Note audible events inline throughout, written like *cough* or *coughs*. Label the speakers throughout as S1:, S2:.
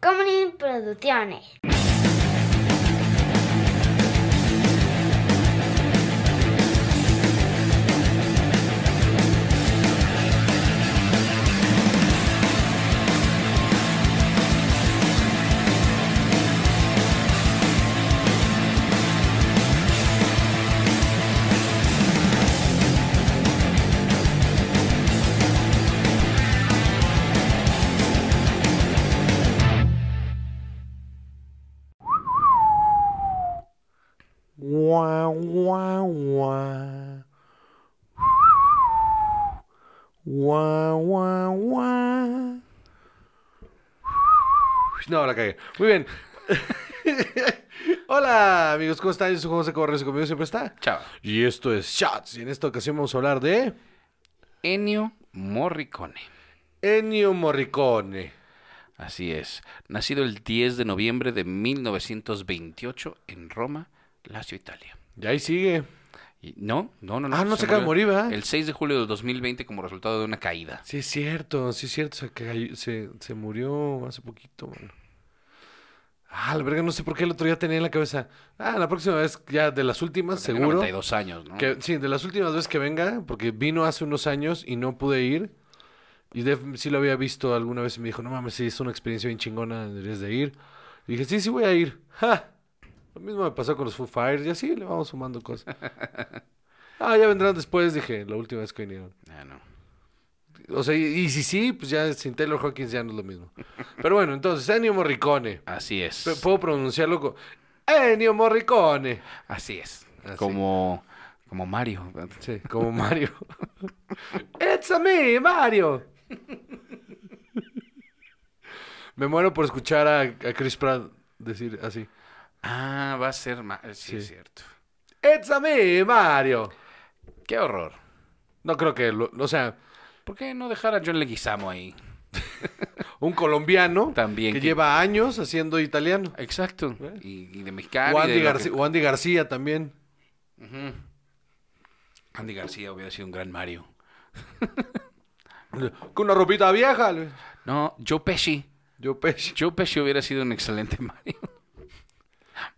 S1: Comedy Producciones.
S2: Guau, guau, guau. Guau, guau, guau. No, la cagué. Muy bien. *laughs* Hola, amigos, ¿cómo están? Yo soy José Corres y conmigo siempre está.
S3: Chava.
S2: Y esto es Shots. Y en esta ocasión vamos a hablar de
S3: Ennio Morricone.
S2: Ennio Morricone.
S3: Así es. Nacido el 10 de noviembre de 1928 en Roma, Lazio, Italia.
S2: Y ahí sigue.
S3: Y- no, no, no, no.
S2: Ah, no se acaba de
S3: murió
S2: morir, ¿verdad?
S3: El 6 de julio del 2020 como resultado de una caída.
S2: Sí, es cierto, sí, es cierto. Se, cayó- se, se murió hace poquito, mano. Ah, la verga, no sé por qué el otro día tenía en la cabeza. Ah, la próxima vez, ya de las últimas,
S3: Tenía
S2: seguro.
S3: 92 años, ¿no?
S2: Que, sí, de las últimas veces que venga, porque vino hace unos años y no pude ir. Y Def sí lo había visto alguna vez y me dijo, no mames, sí, es una experiencia bien chingona, deberías de ir. Y dije, sí, sí voy a ir. *laughs* ¡Ja! Lo mismo me pasó con los Foo Fighters y así le vamos sumando cosas. ah, ya vendrán después, dije, la última vez que vinieron.
S3: Ah, no.
S2: O sea, y, y si sí, pues ya sin Taylor Hawkins ya no es lo mismo. Pero bueno, entonces, Ennio Morricone.
S3: Así es.
S2: P- Puedo pronunciarlo como... Ennio Morricone.
S3: Así es.
S2: Así.
S3: Como, como Mario.
S2: Sí, como Mario. *laughs* It's a me, Mario. Me muero por escuchar a, a Chris Pratt decir así.
S3: Ah, va a ser... ma- Sí,
S2: Sí.
S3: es cierto.
S2: It's a me, Mario.
S3: Qué horror.
S2: No creo que, lo- o sea,
S3: ¿Por qué no dejar a John Leguizamo ahí?
S2: un colombiano
S3: También.
S2: que
S3: que-
S2: lleva años haciendo italiano.
S3: Exacto.
S2: ¿Eh?
S3: Y, y de
S2: O
S3: mexicano. y
S2: Andy,
S3: de lo
S2: Garci-
S3: que-
S2: o Andy García también.
S3: Ujú. Andy García hubiera sido un gran Mario.
S2: Con una ropita vieja. le-
S3: No, Joe Pesci.
S2: Yo pues, pecho.
S3: Joe Pesci hubiera sido un excelente *laughs* Mario.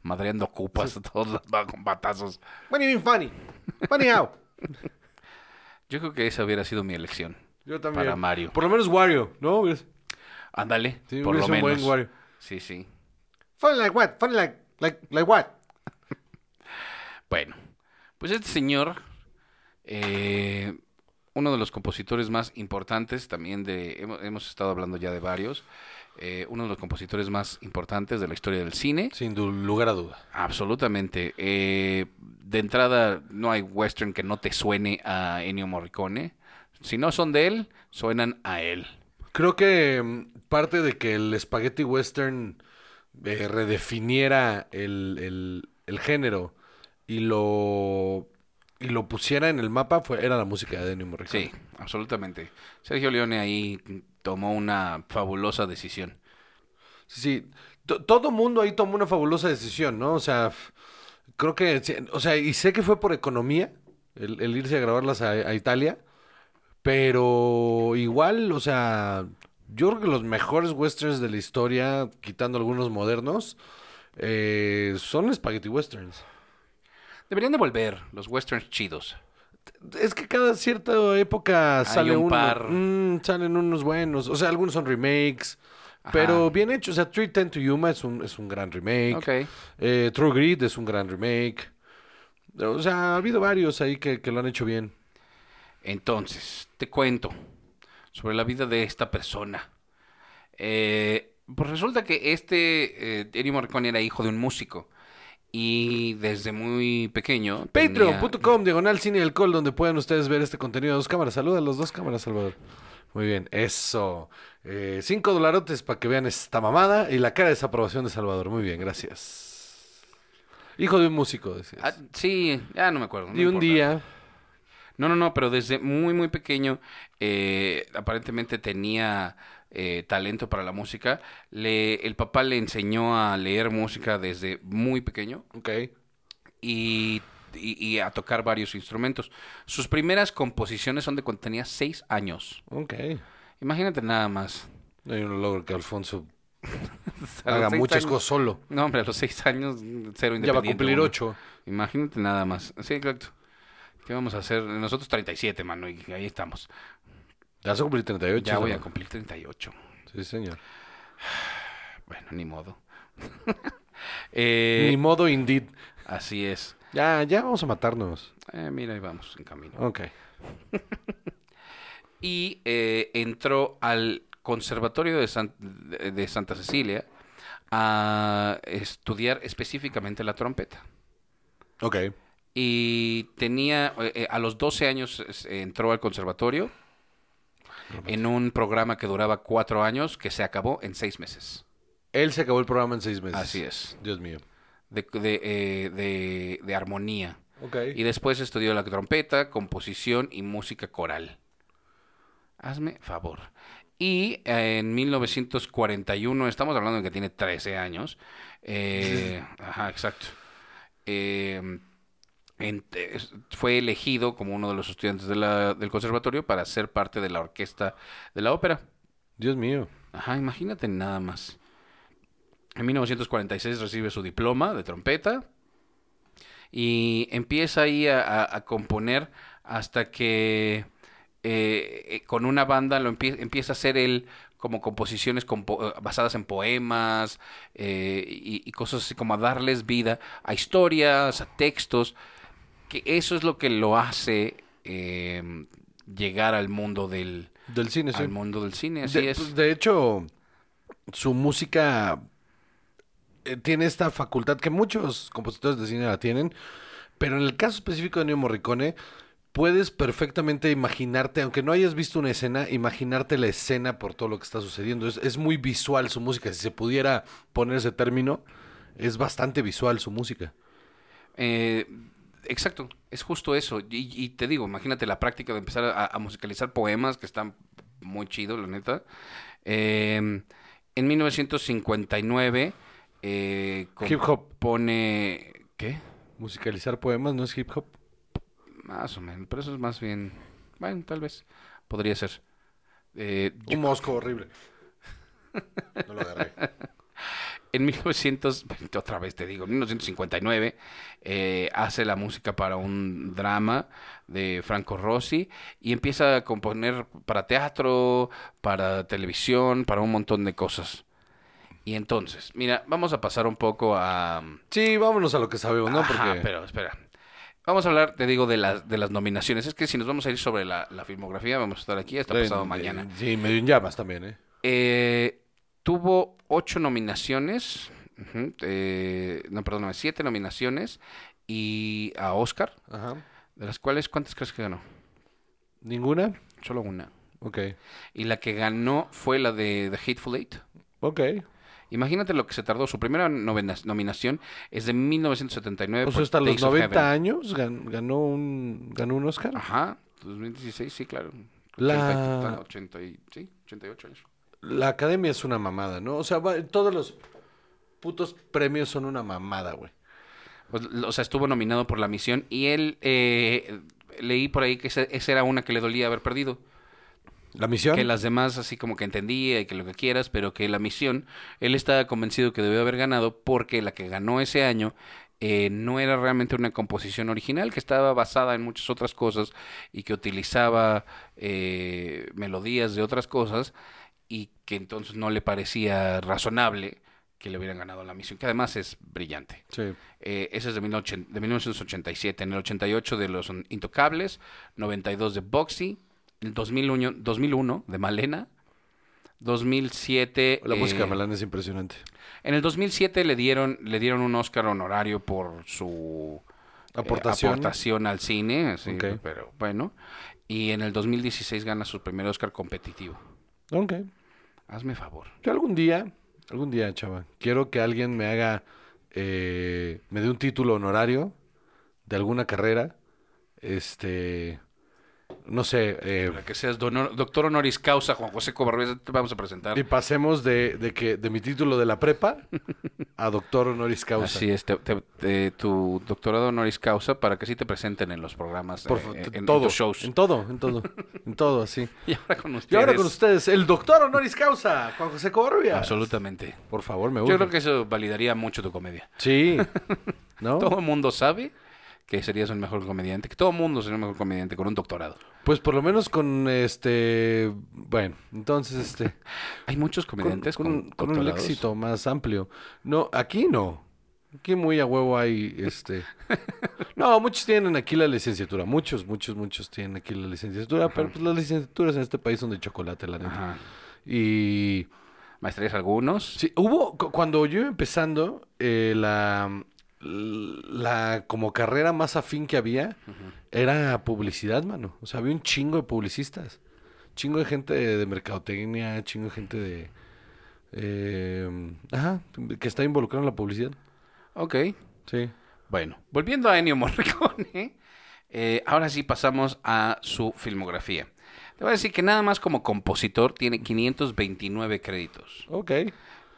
S3: Madreando cupas a todos los lados con batazos.
S2: Funny, being funny. Funny how.
S3: Yo creo que esa hubiera sido mi elección.
S2: Yo también.
S3: Para Mario.
S2: Por lo menos Wario, ¿no?
S3: Ándale,
S2: Sí,
S3: por
S2: hubiera
S3: lo
S2: sido un buen
S3: menos.
S2: Wario.
S3: sí, sí.
S2: Funny like what? Funny like, like, like what?
S3: Bueno, pues este señor, eh, uno de los compositores más importantes también de, hemos, hemos estado hablando ya de varios, eh, uno de los compositores más importantes de la historia del cine.
S2: Sin du- lugar a duda.
S3: Absolutamente. Eh, de entrada, no hay western que no te suene a Ennio Morricone. Si no son de él, suenan a él.
S2: Creo que mm, parte de que el Spaghetti Western eh, redefiniera el, el- el género y lo, y lo pusiera en el mapa fue, era la música de Ennio Morricone.
S3: Sí, absolutamente. Sergio Leone ahí tomó una fabulosa decisión.
S2: Sí, sí. To- Todo mundo ahí tomó una fabulosa decisión, ¿no? O sea, f- creo que, sí, o sea, y sé que fue por economía el, el irse a grabarlas a, a Italia, pero igual, o sea, yo creo que los mejores westerns de la historia, quitando algunos modernos, eh, son spaghetti westerns.
S3: Deberían de volver los westerns chidos.
S2: Es que cada cierta época sale
S3: un
S2: uno.
S3: par.
S2: Mm, salen unos buenos. O sea, algunos son remakes.
S3: Ajá.
S2: Pero bien hechos. O sea, 310 to Yuma es un, es un gran remake.
S3: Ok.
S2: Eh, True Grit es un gran remake. O sea, ha habido varios ahí que, que lo han hecho bien.
S3: Entonces, te cuento sobre la vida de esta persona. Eh, pues resulta que este eh, Ennio Morricone era hijo de un músico y desde muy pequeño. tenía-
S2: Patreon.com, diagonal cine y alcohol, donde puedan ustedes ver este contenido a dos cámaras. Saluda a las dos cámaras, Salvador. Muy bien, eso. Eh, cinco dolarotes para que vean esta mamada y la cara de desaprobación de Salvador. Muy bien, gracias. Hijo de un músico, decías.
S3: Ah, sí, ya no me acuerdo. no
S2: y un
S3: importa.
S2: día.
S3: No, no, no, pero desde muy, muy pequeño, eh, aparentemente tenía eh, talento para la música. Le, el papá le enseñó a leer música desde muy pequeño.
S2: Ok.
S3: y, y- y a tocar varios instrumentos. Sus primeras composiciones son de cuando tenía seis años.
S2: Ok.
S3: Imagínate nada más.
S2: No hay un logro que Alfonso
S3: a los
S2: haga
S3: seis
S2: muchas
S3: años-
S2: cosas solo.
S3: No, hombre, a los seis años, mm, cero independiente.
S2: Ya va a cumplir
S3: uno.
S2: ocho.
S3: Imagínate nada más. Sí, exacto. ¿Qué vamos a hacer? Nosotros 37, mano, y ahí estamos.
S2: Ya vas a cumplir 38.
S3: Ya voy a
S2: hermano.
S3: cumplir 38.
S2: Sí, señor.
S3: Bueno, ni modo. *laughs* Eh,
S2: Ni modo, indeed.
S3: Así es.
S2: Ya, ya vamos a matarnos.
S3: Eh, mira, ahí vamos, en camino.
S2: Ok.
S3: y eh, entró al Conservatorio de, San- de- de Santa Cecilia a estudiar específicamente la trompeta.
S2: Ok.
S3: Y tenía, eh, eh, a los 12 años es- entró al conservatorio en un programa que duraba cuatro años que se acabó en seis meses.
S2: Él se acabó el programa en seis meses.
S3: Así es.
S2: Dios mío.
S3: De, de, eh, de- de armonía.
S2: Ok.
S3: Y después estudió la trompeta, composición y música coral. Hazme favor. Y eh, en 1941, estamos hablando de que tiene 13 años. eh, ajá, exacto. eh, en- es- fue elegido como uno de los estudiantes de la- del conservatorio para ser parte de la orquesta de la ópera.
S2: Dios mío.
S3: Ajá, imagínate nada más. En 1946 recibe su diploma de trompeta y empieza ahí a, a- a componer hasta que eh, eh, con una banda lo empie- empieza a hacer él como composiciones con po- eh, basadas en poemas eh, y, y cosas así como a darles vida a historias, a textos, que eso es lo que lo hace eh, llegar al mundo del,
S2: Del cine, sí.
S3: al mundo del cine, así
S2: de,
S3: es.
S2: pues, de hecho, su música eh, tiene esta facultad que muchos compositores de cine la tienen, pero en el caso específico de Neo Morricone, puedes perfectamente imaginarte, aunque no hayas visto una escena, imaginarte la escena por todo lo que está sucediendo. Es, es muy visual su música, si se pudiera poner ese término, es bastante visual su música.
S3: Eh, exacto, es justo eso. Y, y te digo, imagínate la práctica de empezar a, a musicalizar poemas que están muy chidos, la neta. Eh, en 1959 eh,
S2: Hip hop.
S3: compone... ¿Qué?
S2: Musicalizar poemas no es hip hop.
S3: Más o menos, pero eso es más bien... Bueno, tal vez podría ser. Eh, yo-
S2: Un mosco horrible. No lo agarré.
S3: en 1900, otra vez te digo, en 1959 eh, hace la música para un drama de Franco Rossi y empieza a componer para teatro, para televisión, para un montón de cosas. Y entonces, mira, vamos a pasar un poco a...
S2: Sí, vámonos a lo que sabemos, ¿no?
S3: Ajá,
S2: Porque...
S3: pero espera. Vamos a hablar, te digo, de las, de las nominaciones. Es que si nos vamos a ir sobre la, la filmografía, vamos a estar aquí hasta
S2: De-
S3: pasado
S2: de-
S3: mañana.
S2: eh, Sí, medio en llamas también, ¿eh?
S3: Eh, tuvo ocho nominaciones. ujú, eh, no, perdóname, siete nominaciones. Y a Oscar,
S2: Ajá.
S3: de las cuales, ¿cuántas crees que ganó?
S2: ¿Ninguna?
S3: Solo una.
S2: Ok.
S3: Y la que ganó fue la de The Hateful Eight.
S2: Ok.
S3: Eh, Imagínate lo que se tardó. Su primera novena- nominación es de 1979.
S2: O sea,
S3: por
S2: Pues hasta los
S3: pues, Days of
S2: 90
S3: Heaven.
S2: años gan- ganó un, ganó un Oscar.
S3: Ajá, 2016, sí, claro.
S2: La-
S3: 80 y- sí, 88 años.
S2: La academia es una mamada, ¿no? O sea, va- todos los putos premios son una mamada, güey.
S3: Pues, l- o sea, estuvo nominado por la misión y él, eh, leí por ahí que ese- esa era una que le dolía haber perdido.
S2: ¿La misión?
S3: Que las demás así como que entendía y que lo que quieras, pero que la misión, él estaba convencido que debió haber ganado porque la que ganó ese año eh, no era realmente una composición original, que estaba basada en muchas otras cosas y que utilizaba eh, melodías de otras cosas y que entonces no le parecía razonable que le hubieran ganado la misión, que además es brillante.
S2: Sí.
S3: Eh, ese es de, 1980 de 1987. En el 88 de Los Intocables, 92 de Boxy, el 2001, 2001 de Malena, 2007...
S2: La
S3: eh,
S2: música de Malán es impresionante.
S3: En el 2007 le dieron, le dieron un Oscar honorario por su eh,
S2: Aportación.
S3: aportación al cine, sí,
S2: Ok.
S3: pero bueno. Y en el 2016 gana su primer Oscar competitivo.
S2: Ok.
S3: Hazme favor.
S2: Yo algún día, algún día, chava, quiero que alguien me haga, eh, me dé un título honorario de alguna carrera, este, no sé, eh,
S3: Para que seas donor- doctor honoris causa, Juan José Covarrubias, te vamos a presentar.
S2: y pasemos de, de que de mi título de la prepa a doctor honoris causa.
S3: Así es, te- te- te- tu doctorado honoris causa para que sí te presenten en los programas,
S2: Por
S3: eh,
S2: fa-
S3: eh, en,
S2: en
S3: en
S2: todo,
S3: tus shows.
S2: en todo, en todo, en todo, así.
S3: *laughs* Y ahora con
S2: *laughs*
S3: ustedes.
S2: Y ahora con ustedes, el doctor honoris causa, Juan José Corbia.
S3: Absolutamente.
S2: Por favor, me
S3: Yo
S2: urge.
S3: creo que eso validaría mucho tu comedia. *laughs*
S2: Sí. ¿No?
S3: Todo el mundo sabe que serías el mejor comediante, que todo el mundo sería el mejor comediante con un doctorado.
S2: Pues por lo menos con este. Bueno, entonces
S3: *laughs*
S2: este.
S3: Hay muchos
S2: Con,
S3: comediantes
S2: con
S3: con,
S2: un- con un
S3: doctorados.
S2: éxito más amplio. No, aquí no. Aquí muy a huevo hay
S3: *laughs*
S2: este. No, muchos tienen aquí la licenciatura. Muchos, muchos, muchos tienen aquí la licenciatura. Pero pues las licenciaturas en este país son de chocolate, la neta.
S3: Ajá.
S2: Y.
S3: Maestrías algunos.
S2: Sí, hubo, cu- cuando yo iba empezando, eh, la, la como carrera más afín que había era publicidad, mano. O sea, había un chingo de publicistas, chingo de gente de, de mercadotecnia, chingo de gente de... eh, ajá, que está involucrada en la publicidad.
S3: Ok.
S2: Sí.
S3: Bueno, volviendo a Ennio *laughs* Morricone, eh, ahora sí pasamos a su filmografía. Te voy a decir que nada más como compositor tiene 529 créditos.
S2: Ok.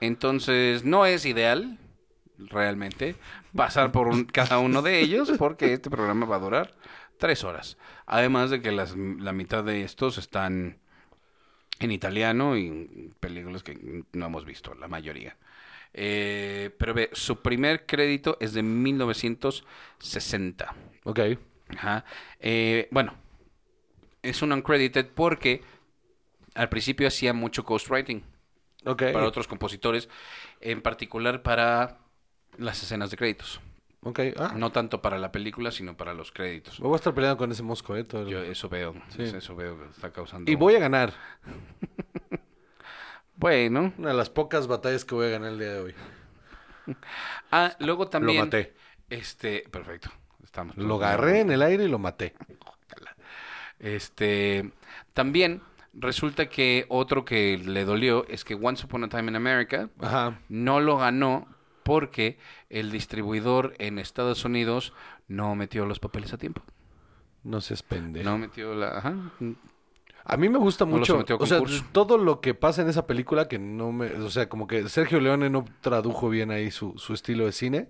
S3: Entonces, no es ideal, realmente, pasar por un- cada uno de ellos, porque este programa va a durar tres horas. Además de que las- la mitad de estos están en italiano y en películas que no hemos visto, la mayoría. Eh, pero ve, su primer crédito es de 1960.
S2: Ok.
S3: Ajá. Eh, bueno, es un uncredited porque al principio hacía mucho ghostwriting
S2: Ok.
S3: para otros compositores, en particular para las escenas de créditos.
S2: Ok. Ah,
S3: No tanto para la película, sino para los créditos.
S2: me voy a estar peleando con ese mosco, eh, todo el-
S3: Yo eso veo,
S2: Sí.
S3: eso veo que está causando.
S2: Y voy a ganar.
S3: Bueno,
S2: Una de las pocas batallas que voy a ganar el día de hoy.
S3: ah, luego también.
S2: Lo maté.
S3: Este, perfecto. Estamos.
S2: Lo agarré en el aire y lo maté.
S3: Este, también resulta que otro que le dolió es que Once Upon a Time in America
S2: Ajá.
S3: no lo ganó porque el distribuidor en Estados Unidos no metió los papeles a tiempo.
S2: No seas pendejo.
S3: No metió la. Ajá.
S2: A mí me gusta
S3: No lo
S2: mucho,
S3: sometió a
S2: o sea,
S3: concurso.
S2: todo lo que pasa en esa película que no me, o sea, como que Sergio Leone no tradujo bien ahí su, su estilo de cine.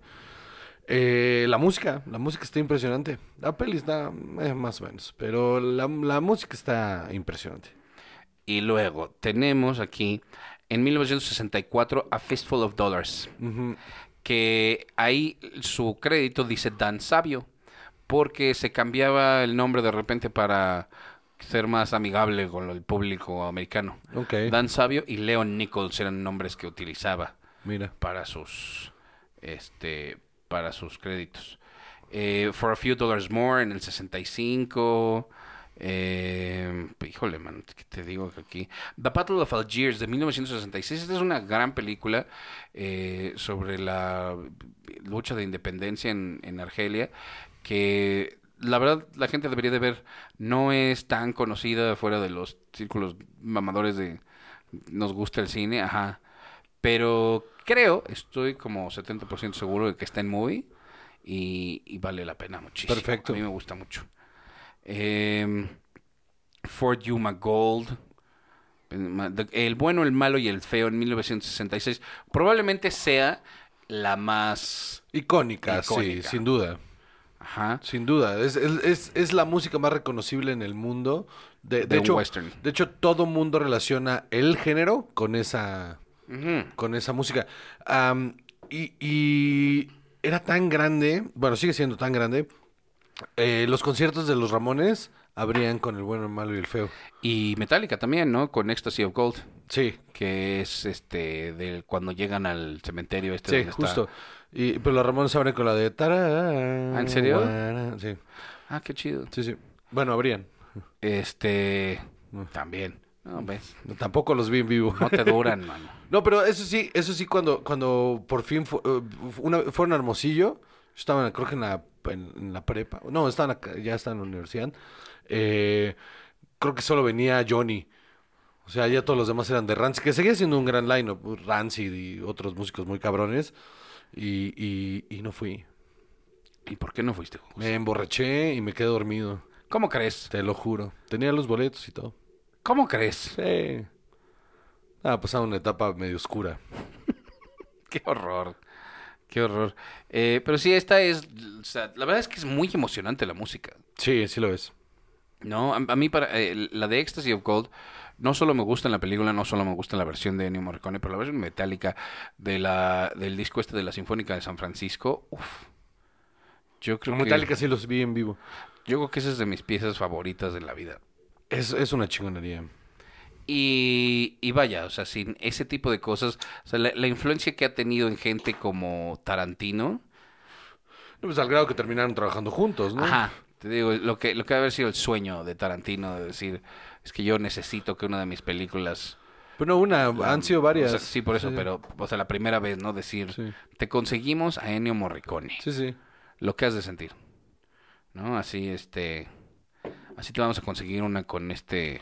S2: Eh, la música, la música está impresionante. La peli está eh, más o menos, pero la, la música está impresionante.
S3: Y luego tenemos aquí, en 1964, A Fistful of Dollars,
S2: Ujú.
S3: que ahí su crédito dice Dan Sabio, porque se cambiaba el nombre de repente para ser más amigable con el público americano.
S2: Ok,
S3: Dan Sabio y Leon Nichols eran nombres que utilizaba
S2: mira.
S3: para sus, este, para sus créditos. Eh, For a Few Dollars More en el 65. Eh, híjole, man, ¿qué te digo que aquí? The Battle of Algiers de 1966. Esta es una gran película eh, sobre la lucha de independencia en, en Argelia que la verdad la gente debería de ver. No es tan conocida fuera de los círculos mamadores de nos gusta el cine, ajá. Pero creo, estoy como 70% seguro de que está en movie y, y vale la pena muchísimo.
S2: Perfecto.
S3: A mí me gusta mucho. Em, Ford Yuma Gold. El bueno, el malo y el feo en 1966. Probablemente sea la más.
S2: Icónica, sí,
S3: Icónica.
S2: sin duda,
S3: Ajá.
S2: sin duda. Es, es- es- es la música más reconocible en el mundo. De, de
S3: De un
S2: hecho,
S3: western.
S2: de hecho, todo mundo relaciona el género con esa,
S3: Ujú.
S2: con esa música. Am, y, y era tan grande, bueno, sigue siendo tan grande. eh, los conciertos de los Ramones abrían con el bueno, el malo y el feo.
S3: Y Metallica también, ¿no? Con Ecstasy of Gold,
S2: Sí,
S3: que es este del cuando llegan al cementerio este
S2: sí,
S3: donde está-
S2: justo. Y, pero los Ramones abren con la de... tará,
S3: ¿Ah, en serio?
S2: guará. Sí,
S3: Ah, qué chido.
S2: sí, sí. Bueno, abrían.
S3: Este también. No, ves.
S2: Tampoco los vi en vivo.
S3: No te duran, *laughs* mano.
S2: No, pero eso sí, eso sí, cuando, cuando por fin fu- eh, una- fueron a Hermosillo, estaban, creo que en la, en, en la prepa, no, estaban acá- ya estaban en la universidad, eh, creo que solo venía Johnny. O sea, ya todos los demás eran de Rancid, que seguía siendo un gran line Rancid y otros músicos muy cabrones. Y, y- y no fui.
S3: ¿Y por qué no fuiste? José?
S2: Pues Me emborraché y me quedé dormido.
S3: ¿Cómo crees?
S2: Te lo juro. Tenía los boletos y todo.
S3: ¿Cómo crees? *laughs*
S2: Sí. Ah, pasaba una etapa medio oscura.
S3: Qué horror. Qué horror. Eh, pero sí, esta es. o sea, la verdad es que es muy emocionante la música.
S2: Sí, sí lo ves.
S3: No, a, a mí para eh, la de Ecstasy of Gold no solo me gusta en la película, no solo me gusta en la versión de Ennio Morricone, pero la versión metálica de la del disco este de la Sinfónica de San Francisco, uff. Yo creo
S2: Metallica
S3: que
S2: sí los vi en vivo.
S3: yo creo que esa es de mis piezas favoritas de la vida.
S2: Es, es una chingonería.
S3: Y, y vaya, o sea, sin ese tipo de cosas, o sea, la, la influencia que ha tenido en gente como Tarantino,
S2: No, pues al grado que terminaron trabajando juntos, Pues ¿no?
S3: Ajá. Te digo, lo que, lo que ha haber sido el sueño de Tarantino de decir, es que yo necesito que una de mis películas... um,
S2: Pero no, una, han sido varias.
S3: Ah, O sea, sí, por eso, pero, o sea, la primera vez, ¿no? Decir,
S2: Sí.
S3: te conseguimos a Ennio Morricone.
S2: Sí,
S3: *laughs*
S2: sí.
S3: Lo que has de sentir, ¿no? Así, este... Así te vamos a conseguir una con este...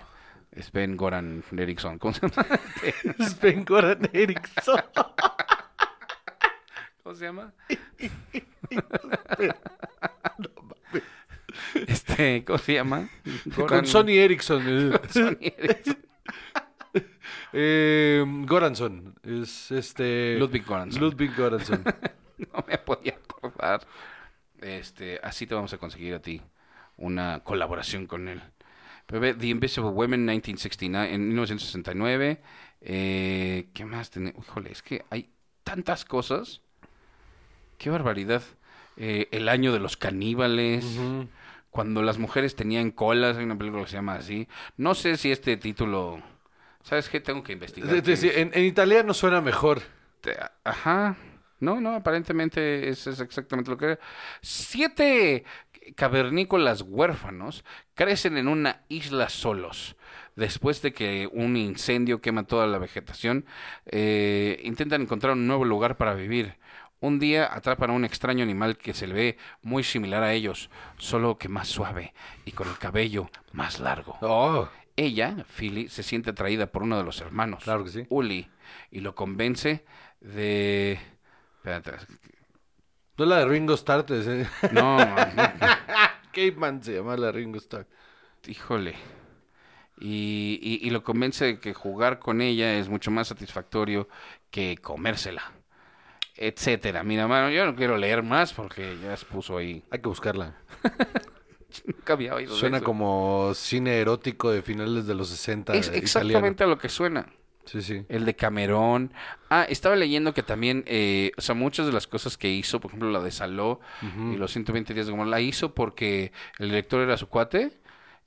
S3: Sven Goran Eriksson. *laughs* ¿Cómo se llama?
S2: Sven Goran Eriksson.
S3: ¿Cómo se
S2: *laughs*
S3: llama? este, ¿cómo se llama?
S2: Con Sonny Eriksson.
S3: Sony Eriksson.
S2: Eh, Goranson. Es este.
S3: Ludwig Göransson.
S2: Ludwig
S3: *laughs*
S2: Göransson.
S3: No me podía acordar. Este, así te vamos a conseguir a ti una colaboración con él. Pero ve, The Invisible Women 1969, en 1969. eh, ¿Qué más? tiene? Híjole, es que hay tantas cosas. ¡Qué barbaridad! Eh, el año de los caníbales.
S2: Ujú.
S3: Cuando las mujeres tenían colas. Hay una película que se llama así. No sé si este título... ¿Sabes qué? Tengo que investigar.
S2: Es
S3: qué
S2: decir,
S3: es.
S2: en, en italiano suena mejor.
S3: Te- Este, Ajá. No, no, aparentemente eso es exactamente lo que era. Siete cavernícolas huérfanos crecen en una isla solos. Después de que un incendio quema toda la vegetación, eh, intentan encontrar un nuevo lugar para vivir. Un día atrapan a un extraño animal que se le ve muy similar a ellos, solo que más suave y con el cabello más largo.
S2: Oh.
S3: Ella, Philly, se siente atraída por uno de los hermanos,
S2: Claro que sí.
S3: Uli, y lo convence de... Espérate.
S2: No la de Ringo Starr. te decía. *laughs*
S3: No, no,
S2: Caveman se llama la Ringo Starr.
S3: híjole. Y, y- y lo convence de que jugar con ella es mucho más satisfactorio que comérsela, etcétera. Mira, mano, yo no quiero leer más porque ya se puso ahí.
S2: Hay que buscarla.
S3: Nunca había oído de
S2: Suena
S3: eso.
S2: como cine erótico de finales de los 60.
S3: Es exactamente a lo que suena.
S2: italiano. Sí, sí.
S3: El de Camerón. Ah, estaba leyendo que también, eh, o sea, muchas de las cosas que hizo, por ejemplo, la de Saló y
S2: Mm.
S3: los 120 días de Gomorra, la hizo porque el director era su cuate,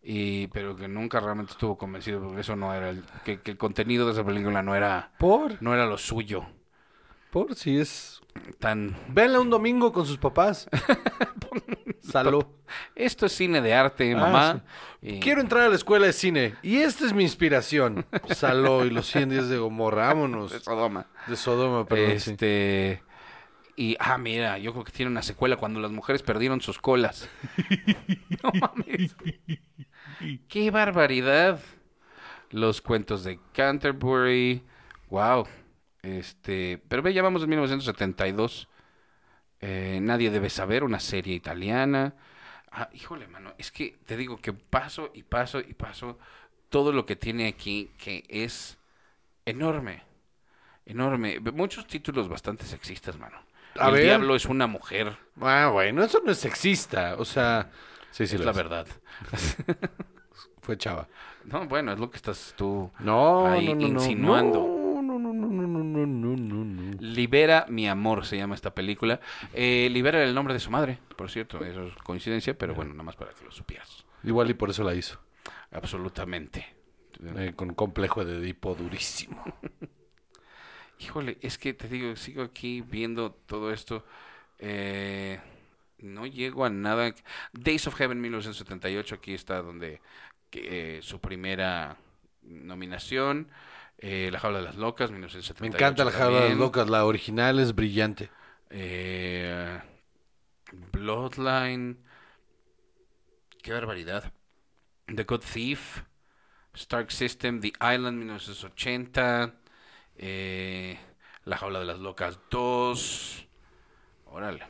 S3: y, pero que nunca realmente estuvo convencido porque eso no era, el- que, que el contenido de esa película no era,
S2: Por,
S3: no era lo suyo.
S2: por si es.
S3: Tan...
S2: Véanla un domingo con sus
S3: *laughs*
S2: papás. Salud.
S3: Esto es cine de arte,
S2: Ah,
S3: mamá. Y-
S2: Quiero entrar a la escuela de cine. Y esta es mi inspiración. Saló y los 100 días de Gomorra.
S3: de
S2: Vámonos.
S3: Sodoma.
S2: De Sodoma, perdón. sí.
S3: este... Y, ah, mira, yo creo que tiene una secuela cuando las mujeres perdieron sus colas. *laughs* no mames. ¡Qué barbaridad! Los cuentos de Canterbury. ¡Wow! Este, pero ve, ya vamos en 1972. Eh, Nadie debe saber, una serie italiana. Ah, híjole, mano, es que te digo que paso y paso y paso todo lo que tiene aquí que es enorme. Enorme. Ve, Muchos títulos bastante sexistas, mano.
S2: A
S3: El
S2: ver.
S3: diablo es una mujer.
S2: Ah, bueno, eso no es sexista. O sea, sí, sí,
S3: es
S2: lo
S3: la
S2: es. *laughs*
S3: verdad.
S2: Fue chava.
S3: No, bueno, es lo que estás tú.
S2: No,
S3: Ahí,
S2: no, no, no.
S3: insinuando.
S2: No, no, no, no, no, no, no, no.
S3: Libera mi amor se llama esta película. Eh, libera el nombre de su madre, por cierto. Eso es coincidencia, pero bueno, nada más para que lo supieras.
S2: Igual y por eso la hizo.
S3: Absolutamente.
S2: Eh, con complejo de Edipo durísimo.
S3: Híjole, es que te digo, sigo aquí viendo todo esto. eh, no llego a nada. Days of Heaven 1978, aquí está donde que, eh, su primera nominación. Eh, la Jaula de las Locas, 1978.
S2: Me encanta la jaula de las
S3: también.
S2: locas. La original es brillante.
S3: Eh, Bloodline. Qué barbaridad. The Good Thief. Stark System. The Island 1980. eh, La Jaula de las Locas 2. Órale.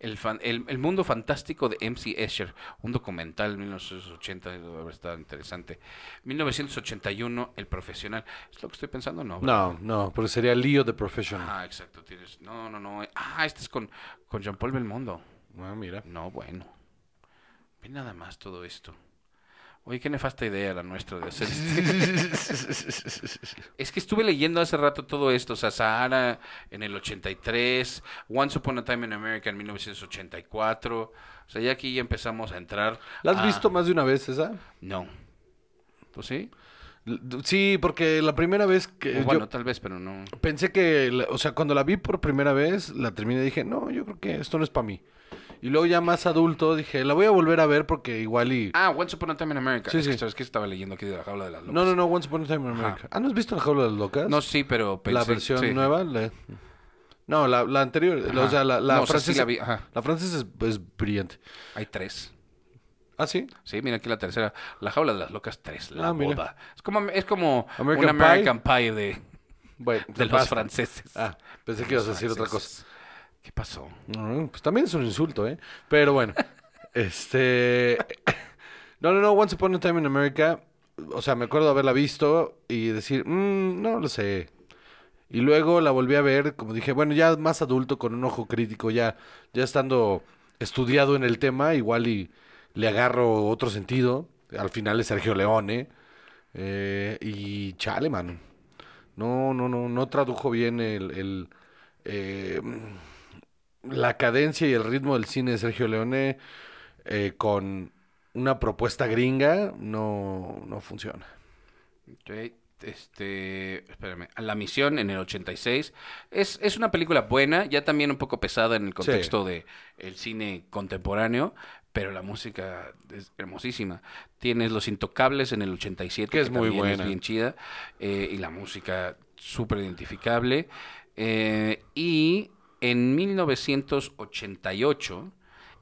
S3: El, fan- el, el mundo fantástico de MC Escher, un documental de 1980, debe haber estado interesante. 1981, El profesional. ¿Es lo que estoy pensando? No.
S2: No,
S3: ¿verdad?
S2: no, porque sería Leo the Professional.
S3: Ah, exacto, tienes. No, no, no. Ah, este es con, con Jean-Paul Belmondo.
S2: Ah, mira.
S3: No, bueno. Ve nada más todo esto. Oye, qué nefasta idea la nuestra de hacer
S2: *laughs*
S3: este. es que estuve leyendo hace rato todo esto. O sea, Sahara en el 83, Once Upon a Time in America en 1984. O sea, ya aquí ya empezamos a entrar.
S2: *laughs* ¿La has
S3: a-
S2: visto más de una vez esa?
S3: No. ¿Tú sí?
S2: L- Sí, porque la primera vez que
S3: O Pues bueno,
S2: Eh, yo
S3: tal vez, pero no.
S2: pensé que, la- o sea, cuando la vi por primera vez, la terminé y dije, no, yo creo que esto no es para mí. Y luego ya más adulto dije, la voy a volver a ver porque igual y...
S3: Ah, Once Upon a Time in America.
S2: Sí,
S3: es que
S2: sí.
S3: sabes que estaba leyendo aquí de la jaula de las locas.
S2: No, no, no, Once Upon a Time in
S3: Ajá.
S2: America. Ah, ¿no has visto La Jaula de las Locas?
S3: No, sí, pero pensé.
S2: la versión
S3: sí.
S2: nueva. la- No, la, la anterior. la-
S3: Ajá.
S2: o sea, la, la
S3: No, o sea, sí
S2: francesa.
S3: la vi, ajá.
S2: la francesa es, es brillante.
S3: Hay tres.
S2: Ah, sí.
S3: Sí, mira aquí la tercera. La jaula de las locas 3, la
S2: Ah, mira.
S3: boda. Es como, es como
S2: American
S3: un American Pie, de,
S2: Bueno,
S3: de
S2: te
S3: los
S2: pasa.
S3: franceses.
S2: Ah, pensé
S3: De
S2: que ibas a
S3: los
S2: decir otra cosa.
S3: franceses. ¿Qué pasó?
S2: No, pues también es un insulto, ¿eh? Pero bueno. este. *coughs* No, no, no. Once Upon a Time in America. O sea, me acuerdo de haberla visto y decir, "Mm, no lo sé. Y luego la volví a ver, como dije, bueno, ya más adulto, con un ojo crítico, ya, ya estando estudiado en el tema, igual y le agarro otro sentido. Al final es Sergio Leone. Eh, y chale, man. No, no, no, no tradujo bien el, el, eh, la cadencia y el ritmo del cine de Sergio Leone eh, con una propuesta gringa no, no funciona.
S3: Ok, Este, espérame, A La Misión en el 86. Es, es una película buena, ya también un poco pesada en el contexto de el cine contemporáneo, pero la música es hermosísima. Tienes Los Intocables en el 87,
S2: Que es muy
S3: también
S2: buena.
S3: Es bien chida, eh, y la música súper identificable. Eh, y en 1988,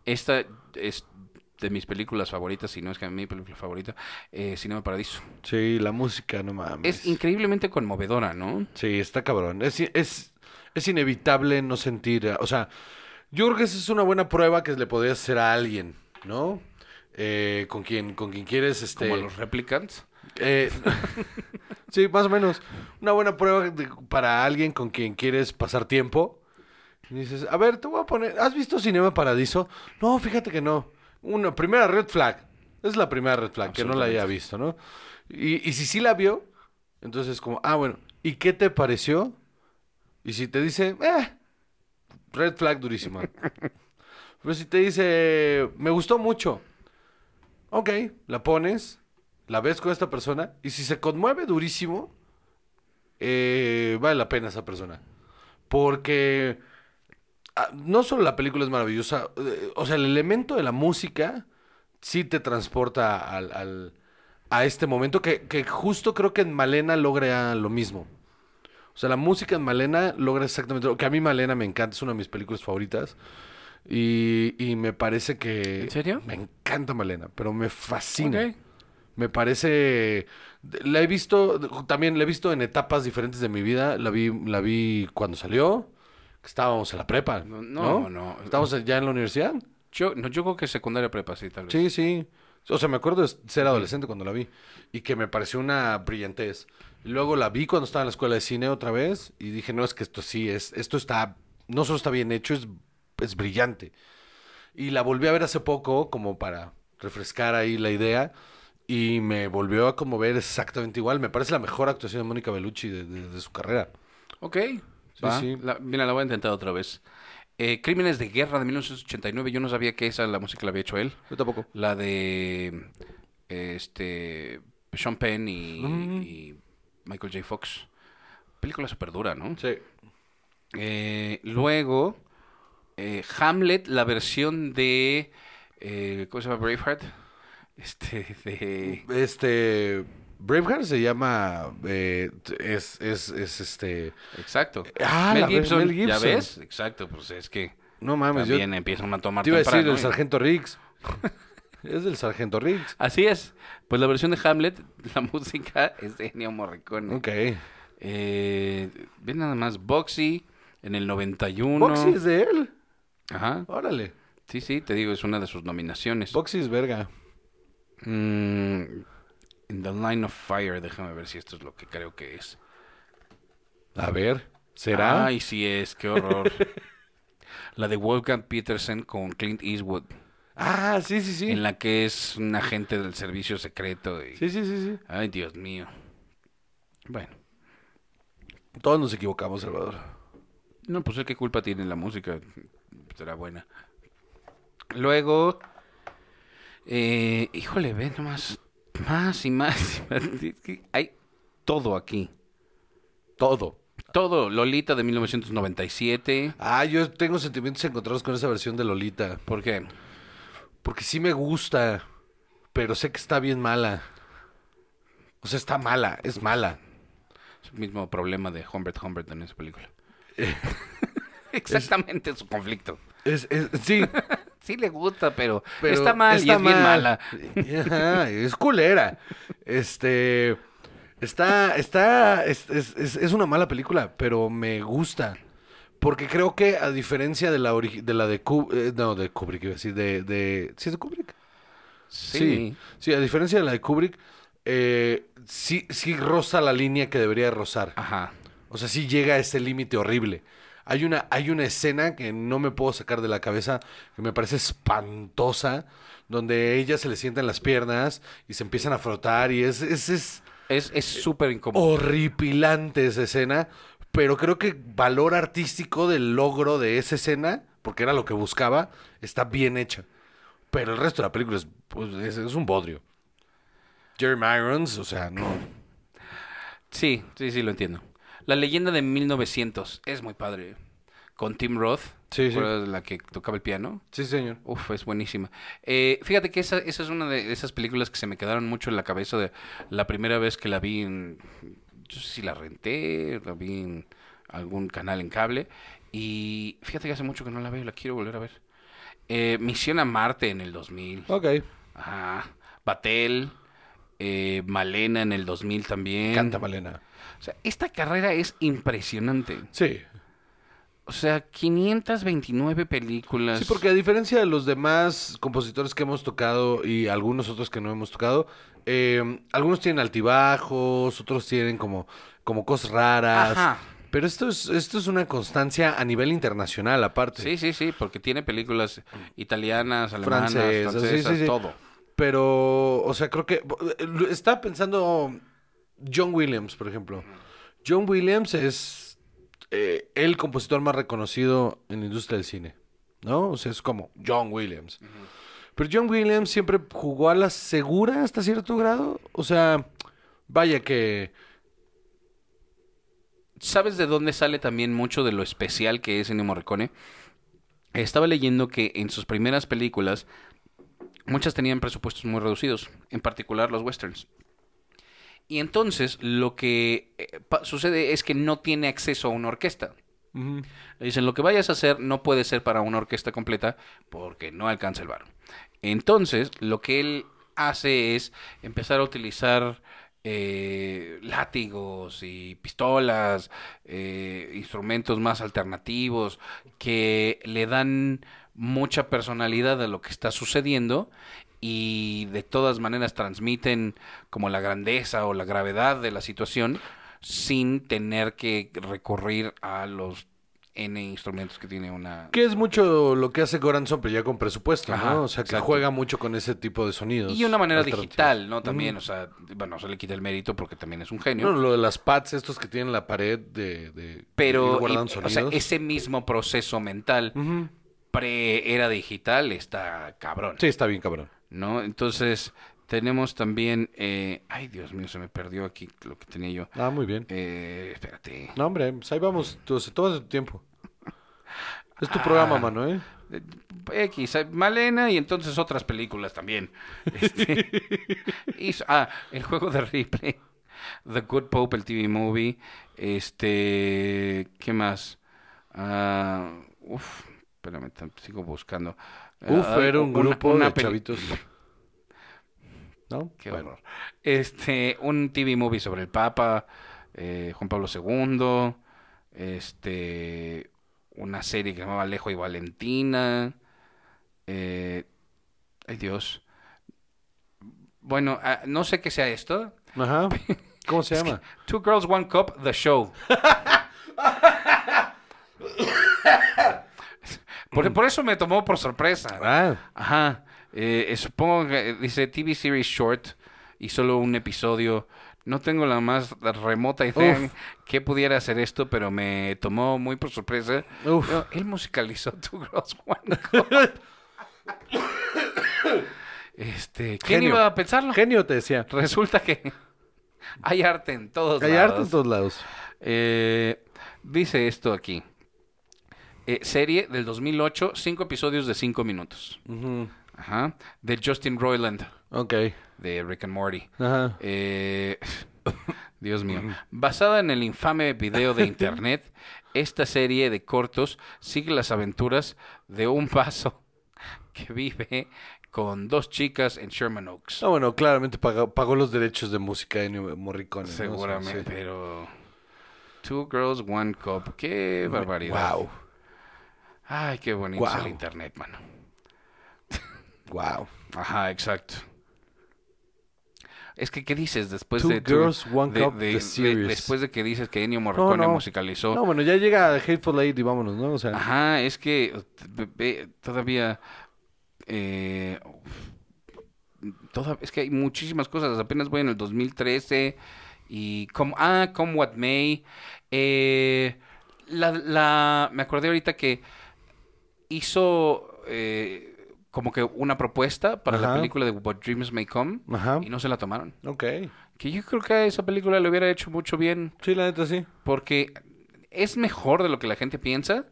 S3: esta es de mis películas favoritas, si no es que mi película favorita, eh, Cinema Paradiso.
S2: Sí, la música, no mames.
S3: Es increíblemente conmovedora, ¿no?
S2: sí, está cabrón. Es, es, es inevitable no sentir. eh, O sea, yo creo que esa es una buena prueba que le podrías hacer a alguien, ¿no? Eh, con quien, con quien quieres, este.
S3: Como los replicants.
S2: Eh, *laughs* sí, más o menos. Una buena prueba de- para alguien con quien quieres pasar tiempo. Y dices, a ver, te voy a poner. ¿Has visto Cinema Paradiso? No, fíjate que no. Una primera red flag. Es la primera red flag, que no la haya visto, ¿no? Y, y si sí la vio, entonces como, ah, bueno, ¿y qué te pareció? Y si te dice, eh, red flag durísima. Pero si te dice, me gustó mucho, ok, la pones, la ves con esta persona, y si se conmueve durísimo, eh, vale la pena esa persona. Porque ah, no solo la película es maravillosa, eh, o sea, el elemento de la música sí te transporta al, al- a este momento que, que justo creo que en Malena logra lo mismo. O sea, la música en Malena logra exactamente lo que a mí Malena me encanta, es una de mis películas favoritas. Y, y me parece que...
S3: ¿En serio?
S2: Me encanta Malena, pero me fascina.
S3: Ok.
S2: Me parece. La he visto. También la he visto en etapas diferentes de mi vida. La vi, la vi cuando salió. que Estábamos en la prepa.
S3: No,
S2: No,
S3: no, no.
S2: Estábamos ya en la universidad.
S3: Yo, no, yo creo que secundaria prepa, sí, tal vez.
S2: Sí, sí. O sea, me acuerdo de ser adolescente cuando la vi. Y que me pareció una brillantez. Y Luego la vi cuando estaba en la escuela de cine otra vez. Y dije, no, es que esto sí, es, esto está. No solo está bien hecho, es, es brillante. Y la volví a ver hace poco, como para refrescar ahí la idea. Y me volvió a conmover exactamente igual. Me parece la mejor actuación de Mónica Bellucci de, de- de su carrera.
S3: Ok.
S2: Sí,
S3: va.
S2: sí.
S3: La- mira, la voy a intentar otra vez. Eh, Crímenes de Guerra de 1989. Yo no sabía que esa la música la había hecho él.
S2: Yo tampoco.
S3: La de. Este. Sean Penn y,
S2: Mm.
S3: y Michael J. Fox. Película súper dura, ¿no?
S2: Sí.
S3: Eh, luego. eh, Hamlet, la versión de. eh, ¿Cómo se llama? Braveheart. *laughs* Este. De.
S2: Este. Braveheart se llama. eh, es, es, es este.
S3: Exacto.
S2: Ah, la
S3: Mel
S2: ver-
S3: Gibson,
S2: Mel
S3: ¿Ya
S2: Gibson.
S3: ves? Exacto, pues es que
S2: No mames, yo
S3: también eh, empiezan a tomar
S2: Te iba a decir
S3: temprano,
S2: el
S3: ¿eh?
S2: sargento Riggs. *laughs* es del sargento Riggs.
S3: Así es. Pues la versión de Hamlet, *laughs* la música es de Ennio Morricone.
S2: Ok.
S3: Eh, ve nada más Boxy en el 91.
S2: ¿Boxy es de él?
S3: Ajá.
S2: Órale.
S3: Sí, sí, te digo, es una de sus nominaciones.
S2: Boxy es verga.
S3: Mm, In the Line of Fire, déjame ver si esto es lo que creo que es.
S2: A ver, ¿será?
S3: Ay, sí es, qué
S2: *laughs*
S3: horror. la de Wolfgang Petersen con Clint Eastwood,
S2: Ah, sí, sí, sí.
S3: en la que es un agente del servicio secreto. y-
S2: Sí, sí, sí, sí.
S3: Ay, Dios mío. Bueno,
S2: Todos nos equivocamos, Salvador.
S3: no, pues qué culpa tiene la música. Será buena. Luego, eh, híjole, ve nomás, más y más. y más. *laughs* Es que Hay todo aquí.
S2: Todo.
S3: Todo, Lolita de 1997.
S2: Ah, yo tengo sentimientos encontrados con esa versión de Lolita.
S3: ¿Por qué?
S2: Porque sí me gusta, pero sé que está bien mala. O sea, está mala, es mala.
S3: Es el mismo problema de Humbert Humbert en
S2: *laughs*
S3: esa película. Exactamente su conflicto.
S2: Es, es- sí,
S3: Sí le gusta, pero,
S2: pero
S3: está mal y es bien
S2: mal.
S3: mala.
S2: Ajá, es culera. Este, está, está, es, es- es- es una mala película, pero me gusta. Porque creo que a diferencia de la, ori- de, la de, Kub- eh, no, de Kubrick, iba a decir, de, de, ¿sí es de Kubrick?
S3: Sí.
S2: Sí. Sí, a diferencia de la de Kubrick, eh, sí, sí roza la línea que debería rozar.
S3: Ajá.
S2: O sea, sí llega a ese límite horrible. Hay una, hay una escena que no me puedo sacar de la cabeza, que me parece espantosa, donde ella se le sientan las piernas y se empiezan a frotar y es, es, es
S3: Es es
S2: Eh,
S3: súper
S2: oh.
S3: incómodo.
S2: horripilante esa escena, pero creo que valor artístico del logro de esa escena, porque era lo que buscaba, está bien hecha. Pero el resto de la película es, pues, es- es un bodrio. Jeremy Irons, o sea, no.
S3: Sí, sí, sí, lo entiendo. La leyenda de 1900 es muy padre. Con Tim Roth.
S2: Sí,
S3: ¿te
S2: sí.
S3: acuerdas de la que tocaba el piano?
S2: Sí, señor.
S3: Uf, es buenísima. Eh, fíjate que esa, esa es una de esas películas que se me quedaron mucho en la cabeza de la primera vez que la vi en... Yo sé si la renté, la vi en algún canal en cable. Y fíjate que hace mucho que no la veo, la quiero volver a ver. Eh, Misión a Marte en el 2000.
S2: Ok.
S3: Ajá. Batel. eh, Malena en el 2000 también.
S2: Canta Malena.
S3: O sea, esta carrera es impresionante.
S2: Sí.
S3: O sea, 529 películas.
S2: Sí, porque a diferencia de los demás compositores que hemos tocado y algunos otros que no hemos tocado, eh, algunos tienen altibajos, otros tienen como, como cosas raras.
S3: Ajá.
S2: Pero esto es, esto es una constancia a nivel internacional, aparte.
S3: Sí, sí, sí, porque tiene películas italianas, alemanas,
S2: Mm. Francesas, sí, sí,
S3: francesas,
S2: sí.
S3: todo.
S2: Pero, o sea, creo que. eh, Estaba pensando John Williams, por ejemplo. John Williams es eh, el compositor más reconocido en la industria del cine, ¿no? O sea, es como John Williams. Pero John Williams siempre jugó a la segura hasta cierto grado. O sea, vaya que.
S3: ¿Sabes de dónde sale también mucho de lo especial que es Ennio Morricone? Estaba leyendo que en sus primeras películas muchas tenían presupuestos muy reducidos, en particular los westerns. Y entonces lo que eh, pa- sucede es que no tiene acceso a una orquesta. Le dicen, lo que vayas a hacer no puede ser para una orquesta completa porque no alcanza el bar. Entonces, lo que él hace es empezar a utilizar eh, látigos y pistolas, eh, instrumentos más alternativos que le dan mucha personalidad a lo que está sucediendo y de todas maneras transmiten como la grandeza o la gravedad de la situación sin tener que recurrir a los N instrumentos que tiene una...
S2: Que es mucho lo que hace Goranson, pero ya con presupuesto,
S3: Ajá,
S2: ¿no? O sea, que
S3: exacto.
S2: juega mucho con ese tipo de sonidos.
S3: Y una manera
S2: alternativos.
S3: digital, ¿no? También, o sea, bueno, se le quita el mérito porque también es un genio.
S2: No, lo de las pads, estos que tienen la pared de. de ir
S3: pero y-
S2: guardando
S3: o sea,
S2: sonidos.
S3: ese mismo proceso mental
S2: Ujú.
S3: pre era digital está cabrón,
S2: Sí, está bien, cabrón.
S3: ¿no? Entonces tenemos también, eh, ay Dios mío, se me perdió aquí lo que tenía yo.
S2: Ah, muy bien.
S3: Eh, espérate,
S2: No, hombre, pues ahí vamos, tú- se toma tu tiempo. Es tu programa,
S3: Ah.
S2: mano, ¿eh?
S3: X, eh, Malena y entonces otras películas también.
S2: *laughs*
S3: Este, hizo- ah, el juego de Ripley, The Good Pope, el TV Movie, este, ¿qué más? Ah, uf, espérame, tam- sigo buscando.
S2: Uf,
S3: Ah,
S2: era un
S3: una-
S2: grupo
S3: una
S2: de
S3: peli- *laughs*
S2: chavitos. ¿No?
S3: Qué
S2: Bueno.
S3: horror. Este, un TV movie sobre el Papa, eh, Juan Pablo II, este, una serie que se llamaba Alejo y Valentina. eh, ay Dios. Bueno, ah, no sé qué sea esto. *laughs*
S2: Ajá. ¿Cómo se
S3: Es
S2: llama?
S3: que- Two Girls, One Cup,
S2: *laughs*
S3: The Show. por, por eso me tomó por sorpresa.
S2: Ah,
S3: Ajá. Eh, eh, supongo que eh, dice TV Series Short y solo un episodio. No tengo la más remota idea
S2: Uf.
S3: en que pudiera hacer esto, pero me tomó muy por sorpresa.
S2: Uf.
S3: Yo, Él musicalizó *laughs* Two Girls One Cup. este, ¿Quién
S2: Genio.
S3: iba a pensarlo?
S2: *laughs* genio te decía.
S3: Resulta que hay arte en todos
S2: Hay
S3: lados.
S2: harto en todos lados.
S3: Eh, dice esto aquí. Eh, serie del 2008, cinco episodios de cinco minutos.
S2: Ujú.
S3: Ajá. De Justin Roiland,
S2: Ok.
S3: de Rick and Morty.
S2: Ajá.
S3: Eh, *laughs* Dios mío.
S2: Mm.
S3: Basada en el infame video
S2: *laughs*
S3: de internet, esta serie de cortos sigue las aventuras de un vaso *laughs* que vive con dos chicas en Sherman Oaks.
S2: Ah, bueno, claramente pagó, pagó los derechos de música de Ennio Morricone. ¿no?
S3: Seguramente,
S2: O sea, sí.
S3: pero... Two Girls, One Cup. Qué barbaridad.
S2: Wow.
S3: Ay, qué bonito es el
S2: Guau.
S3: internet, mano.
S2: Wow.
S3: Ajá, exacto. Es que, ¿qué dices después
S2: Two
S3: de... tu-
S2: Girls, One
S3: de-
S2: Cup,
S3: de-
S2: The
S3: de-
S2: Series.
S3: después de que dices que Ennio Morricone
S2: no.
S3: musicalizó.
S2: No, bueno, ya llega Hateful Eight y vámonos, ¿no? O sea,
S3: Ajá, es que eh, ve- ve- todavía... eh, toda- es que hay muchísimas cosas. Apenas voy en el 2013 y... Come, ah, Come What May. Eh, la, la- me acordé ahorita que hizo eh, como que una propuesta para la
S2: Ajá.
S3: película de What Dreams May Come
S2: Ajá.
S3: y no se la tomaron.
S2: Ok.
S3: Que yo creo que a esa película le hubiera hecho mucho bien
S2: Sí, la neta sí.
S3: porque es mejor de lo que la gente piensa,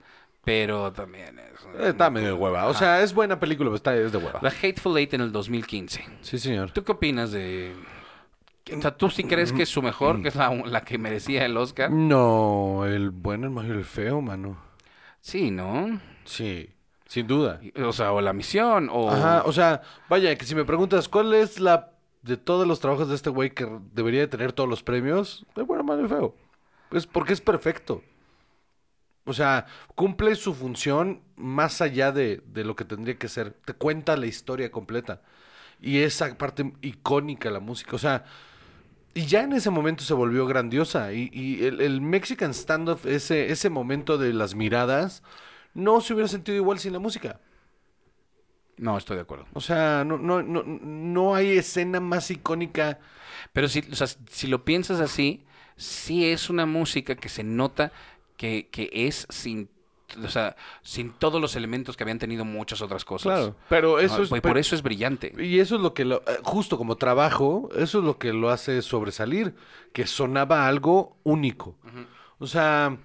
S3: pero también es...
S2: Eh, Está medio de hueva. O sea, es buena película, pero está, es de hueva.
S3: La Hateful Eight en el 2015.
S2: Sí, señor.
S3: ¿Tú qué opinas de...? O sea, ¿tú sí crees que es su mejor, que es la, la que merecía el Oscar?
S2: No, el bueno, el malo y el feo, mano.
S3: Sí, ¿no?
S2: Sí, sin duda.
S3: Y- O sea, o la misión, o...
S2: Ajá, o sea, vaya, que si me preguntas cuál es la de todos los trabajos de este güey que debería de tener todos los premios, el bueno, malo y feo. Es porque es perfecto. O sea, cumple su función más allá de, de lo que tendría que ser. Te cuenta la historia completa. Y esa parte icónica, la música. O sea, y ya en ese momento se volvió grandiosa. Y, y el, el Mexican standoff, ese, ese momento de las miradas, no se hubiera sentido igual sin la música.
S3: No, estoy de acuerdo.
S2: O sea, no, no, no, no hay escena más icónica.
S3: Pero si, o sea, si lo piensas así, sí es una música que se nota que, que es sin, o sea, sin todos los elementos que habían tenido muchas otras cosas.
S2: Pero
S3: Ah,
S2: eso es.
S3: pues,
S2: pero-
S3: por eso es brillante.
S2: Y eso es lo que, lo- eh, justo como trabajo, eso es lo que lo hace sobresalir, que sonaba algo único. O sea,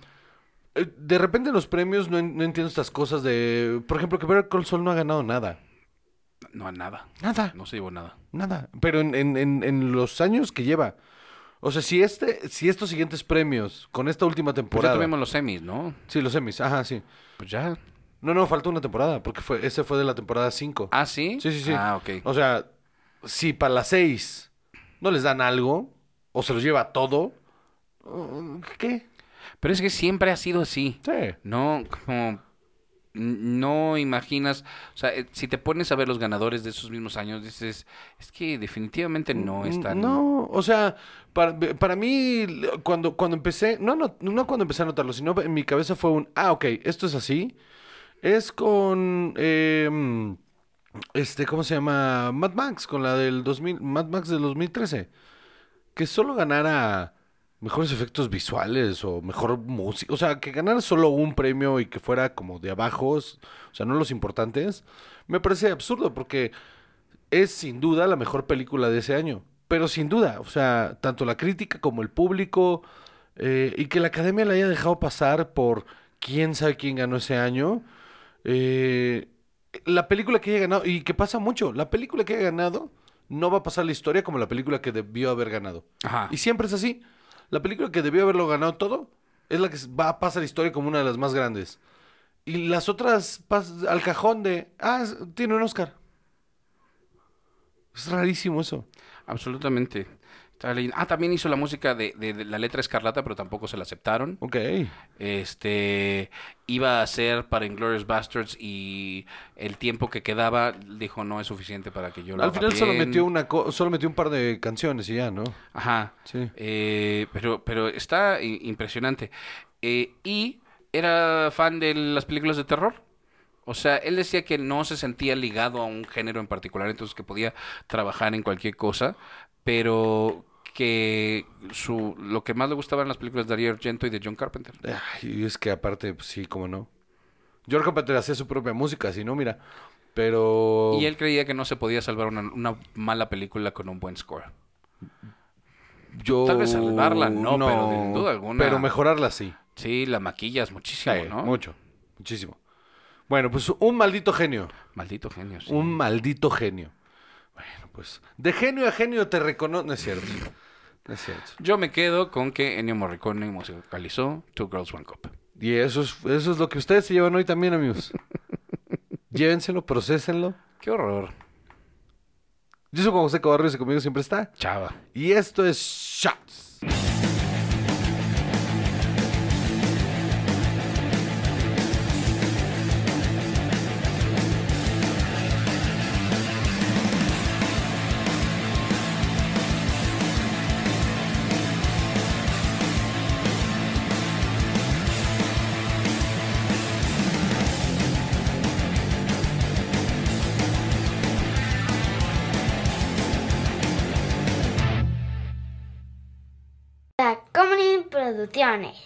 S2: eh, de repente en los premios no, en- no entiendo estas cosas de, por ejemplo, que Better Call Saul no ha ganado nada.
S3: No, nada.
S2: Nada.
S3: No se llevó nada. Pues
S2: Nada. Pero en, en- en- en los años que lleva. O sea, si este, si estos siguientes premios, con esta última
S3: Pues
S2: temporada.
S3: ya tuvimos los semis, ¿no?
S2: Sí, los semis, ajá, sí.
S3: Pues ya.
S2: No, no, falta una temporada, porque fue, ese fue de la temporada 5.
S3: Ah, sí.
S2: Sí, sí, sí.
S3: Ah, ok.
S2: O sea, si para las seis no les dan algo, o se los lleva todo, uh, ¿qué?
S3: Pero es que siempre ha sido así.
S2: Sí.
S3: No, como. n- No imaginas. O sea, eh, si te pones a ver los ganadores de esos mismos años, dices. Es que definitivamente no están.
S2: Mm, No, o sea, para, para mí, cuando, cuando empecé, no, no, no cuando empecé a notarlo, sino en mi cabeza fue un, ah, ok, esto es así. Es con, em, este, ¿cómo se llama? Mad Max, con la del 2000, Mad Max del 2013. Que solo ganara mejores efectos visuales o mejor música. O sea, que ganara solo un premio y que fuera como de abajo, s- o sea, no los importantes, me parece absurdo porque es sin duda la mejor película de ese año. Pero sin duda, o sea, tanto la crítica como el público, eh, y que la academia la haya dejado pasar por quién sabe quién ganó ese año. eh, la película que haya ganado, y que pasa mucho, la película que haya ganado no va a pasar la historia como la película que debió haber ganado.
S3: Ajá.
S2: Y siempre es así. La película que debió haberlo ganado todo es la que va a pasar historia como una de las más grandes. Y las otras pas- al cajón de, ah, es- tiene un Oscar. Es rarísimo eso.
S3: Absolutamente. Estaba leyendo- Ah, también hizo la música de, de- de la letra escarlata, pero tampoco se la aceptaron.
S2: Ok.
S3: Este iba a hacer para Inglourious Bastards y el tiempo que quedaba dijo no es suficiente para que yo lo
S2: Al
S3: haga
S2: final solo
S3: bien".
S2: metió una co- solo metió un par de canciones y ya, ¿no?
S3: Ajá.
S2: Sí.
S3: Eh, pero, pero está i- impresionante. Eh, y era fan de las películas de terror. O sea, él decía que no se sentía ligado a un género en particular, entonces que podía trabajar en cualquier cosa, pero que su, lo que más le gustaba eran las películas de Darío Argento y de John Carpenter.
S2: Ay, y es que aparte, pues sí, cómo no. George Carpenter hacía su propia música, si no, mira. Pero.
S3: Y él creía que no se podía salvar una, una mala película con un buen score.
S2: Yo...
S3: tal vez salvarla, no, pero sin duda alguna.
S2: Pero mejorarla sí.
S3: Sí, la maquillas muchísimo,
S2: Sí,
S3: ¿no?
S2: Mucho, muchísimo. Bueno, pues un maldito genio.
S3: Maldito genio. sí.
S2: Un maldito genio. Bueno, pues de genio a genio te reconozco. No es cierto. No es cierto.
S3: Yo me quedo con que Ennio Morricone musicalizó Two Girls One Cup.
S2: Y eso es, eso es lo que ustedes se llevan hoy también,
S3: *laughs*
S2: amigos. Llévenselo, procesenlo.
S3: Qué horror.
S2: Yo soy Juan José Cabarrus y conmigo siempre está.
S3: Chava.
S2: Y esto es Shots.
S1: Tacomunin Producciones.